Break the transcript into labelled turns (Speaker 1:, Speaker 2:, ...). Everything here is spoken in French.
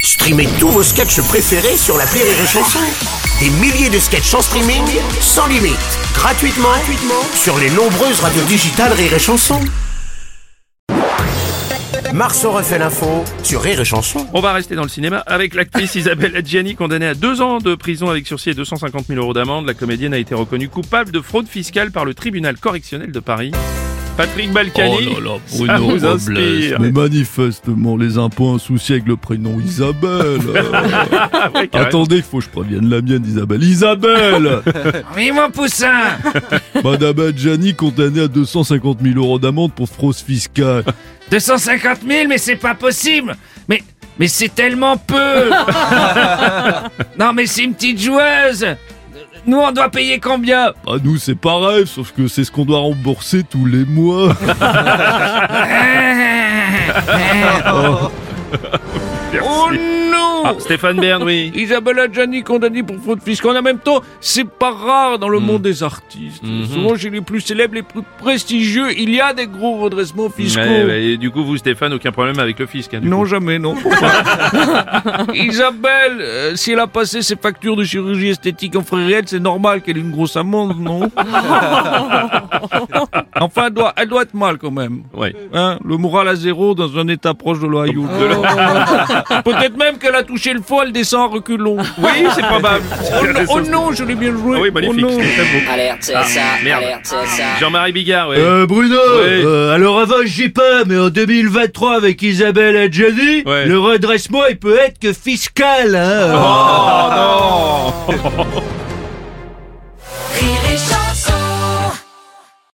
Speaker 1: Streamez tous vos sketchs préférés sur la Rire et Chanson. Des milliers de sketchs en streaming, sans limite, gratuitement, gratuitement sur les nombreuses radios digitales Rire et Chanson. Marceau refait l'info sur Rire et Chanson.
Speaker 2: On va rester dans le cinéma avec l'actrice Isabelle Adjani condamnée à deux ans de prison avec sursis et 250 000 euros d'amende. La comédienne a été reconnue coupable de fraude fiscale par le tribunal correctionnel de Paris. Patrick Balkany,
Speaker 3: Oh là là,
Speaker 2: ça
Speaker 3: Bruno
Speaker 2: vous
Speaker 3: Robles.
Speaker 2: inspire.
Speaker 4: Mais manifestement, les impôts ont un souci avec le prénom Isabelle.
Speaker 2: Ah ouais, carrément.
Speaker 4: Attendez, il faut que je prévienne la mienne, Isabelle. Isabelle
Speaker 3: Vive Poussin
Speaker 4: Madame Adjani condamnée à 250 000 euros d'amende pour fraude fiscale.
Speaker 3: 250 000, mais c'est pas possible Mais, mais c'est tellement peu Non, mais c'est une petite joueuse Nous, on doit payer combien
Speaker 4: Bah nous, c'est pareil, sauf que c'est ce qu'on doit rembourser tous les mois.
Speaker 3: Oh non
Speaker 2: Ah, Stéphane Bern, oui.
Speaker 3: Isabelle Adjani condamnée pour fraude fiscale. En même temps, c'est pas rare dans le monde des artistes. Souvent, chez les plus célèbres, les plus prestigieux, il y a des gros redressements fiscaux.
Speaker 2: Ouais, ouais, et du coup, vous, Stéphane, aucun problème avec le fisc. hein, du
Speaker 3: Non,
Speaker 2: coup.
Speaker 3: jamais, non. Isabelle, euh, si elle a passé ses factures de chirurgie esthétique en frais réels, c'est normal qu'elle ait une grosse amende, non Enfin, elle doit, elle doit être mal quand même.
Speaker 2: Ouais.
Speaker 3: Hein, le moral à zéro dans un état proche de l'Ohio. Peut-être même qu'elle a touché le foie, elle descend en reculons.
Speaker 2: Oui, c'est probable.
Speaker 3: Oh non, oh non, je l'ai bien joué.
Speaker 2: Ah oui,
Speaker 3: Oh
Speaker 2: magnifique.
Speaker 3: non.
Speaker 2: c'était très beau.
Speaker 5: Alerte CSA,
Speaker 2: merde.
Speaker 5: alerte CSA.
Speaker 2: Jean-Marie Bigard, ouais.
Speaker 6: Euh, Bruno,
Speaker 2: Oui.
Speaker 6: euh, alors avant, je sais pas, mais en 2023, avec Isabelle Adjani,
Speaker 2: Ouais.
Speaker 6: le redressement, il peut être que fiscal, hein.
Speaker 2: Oh non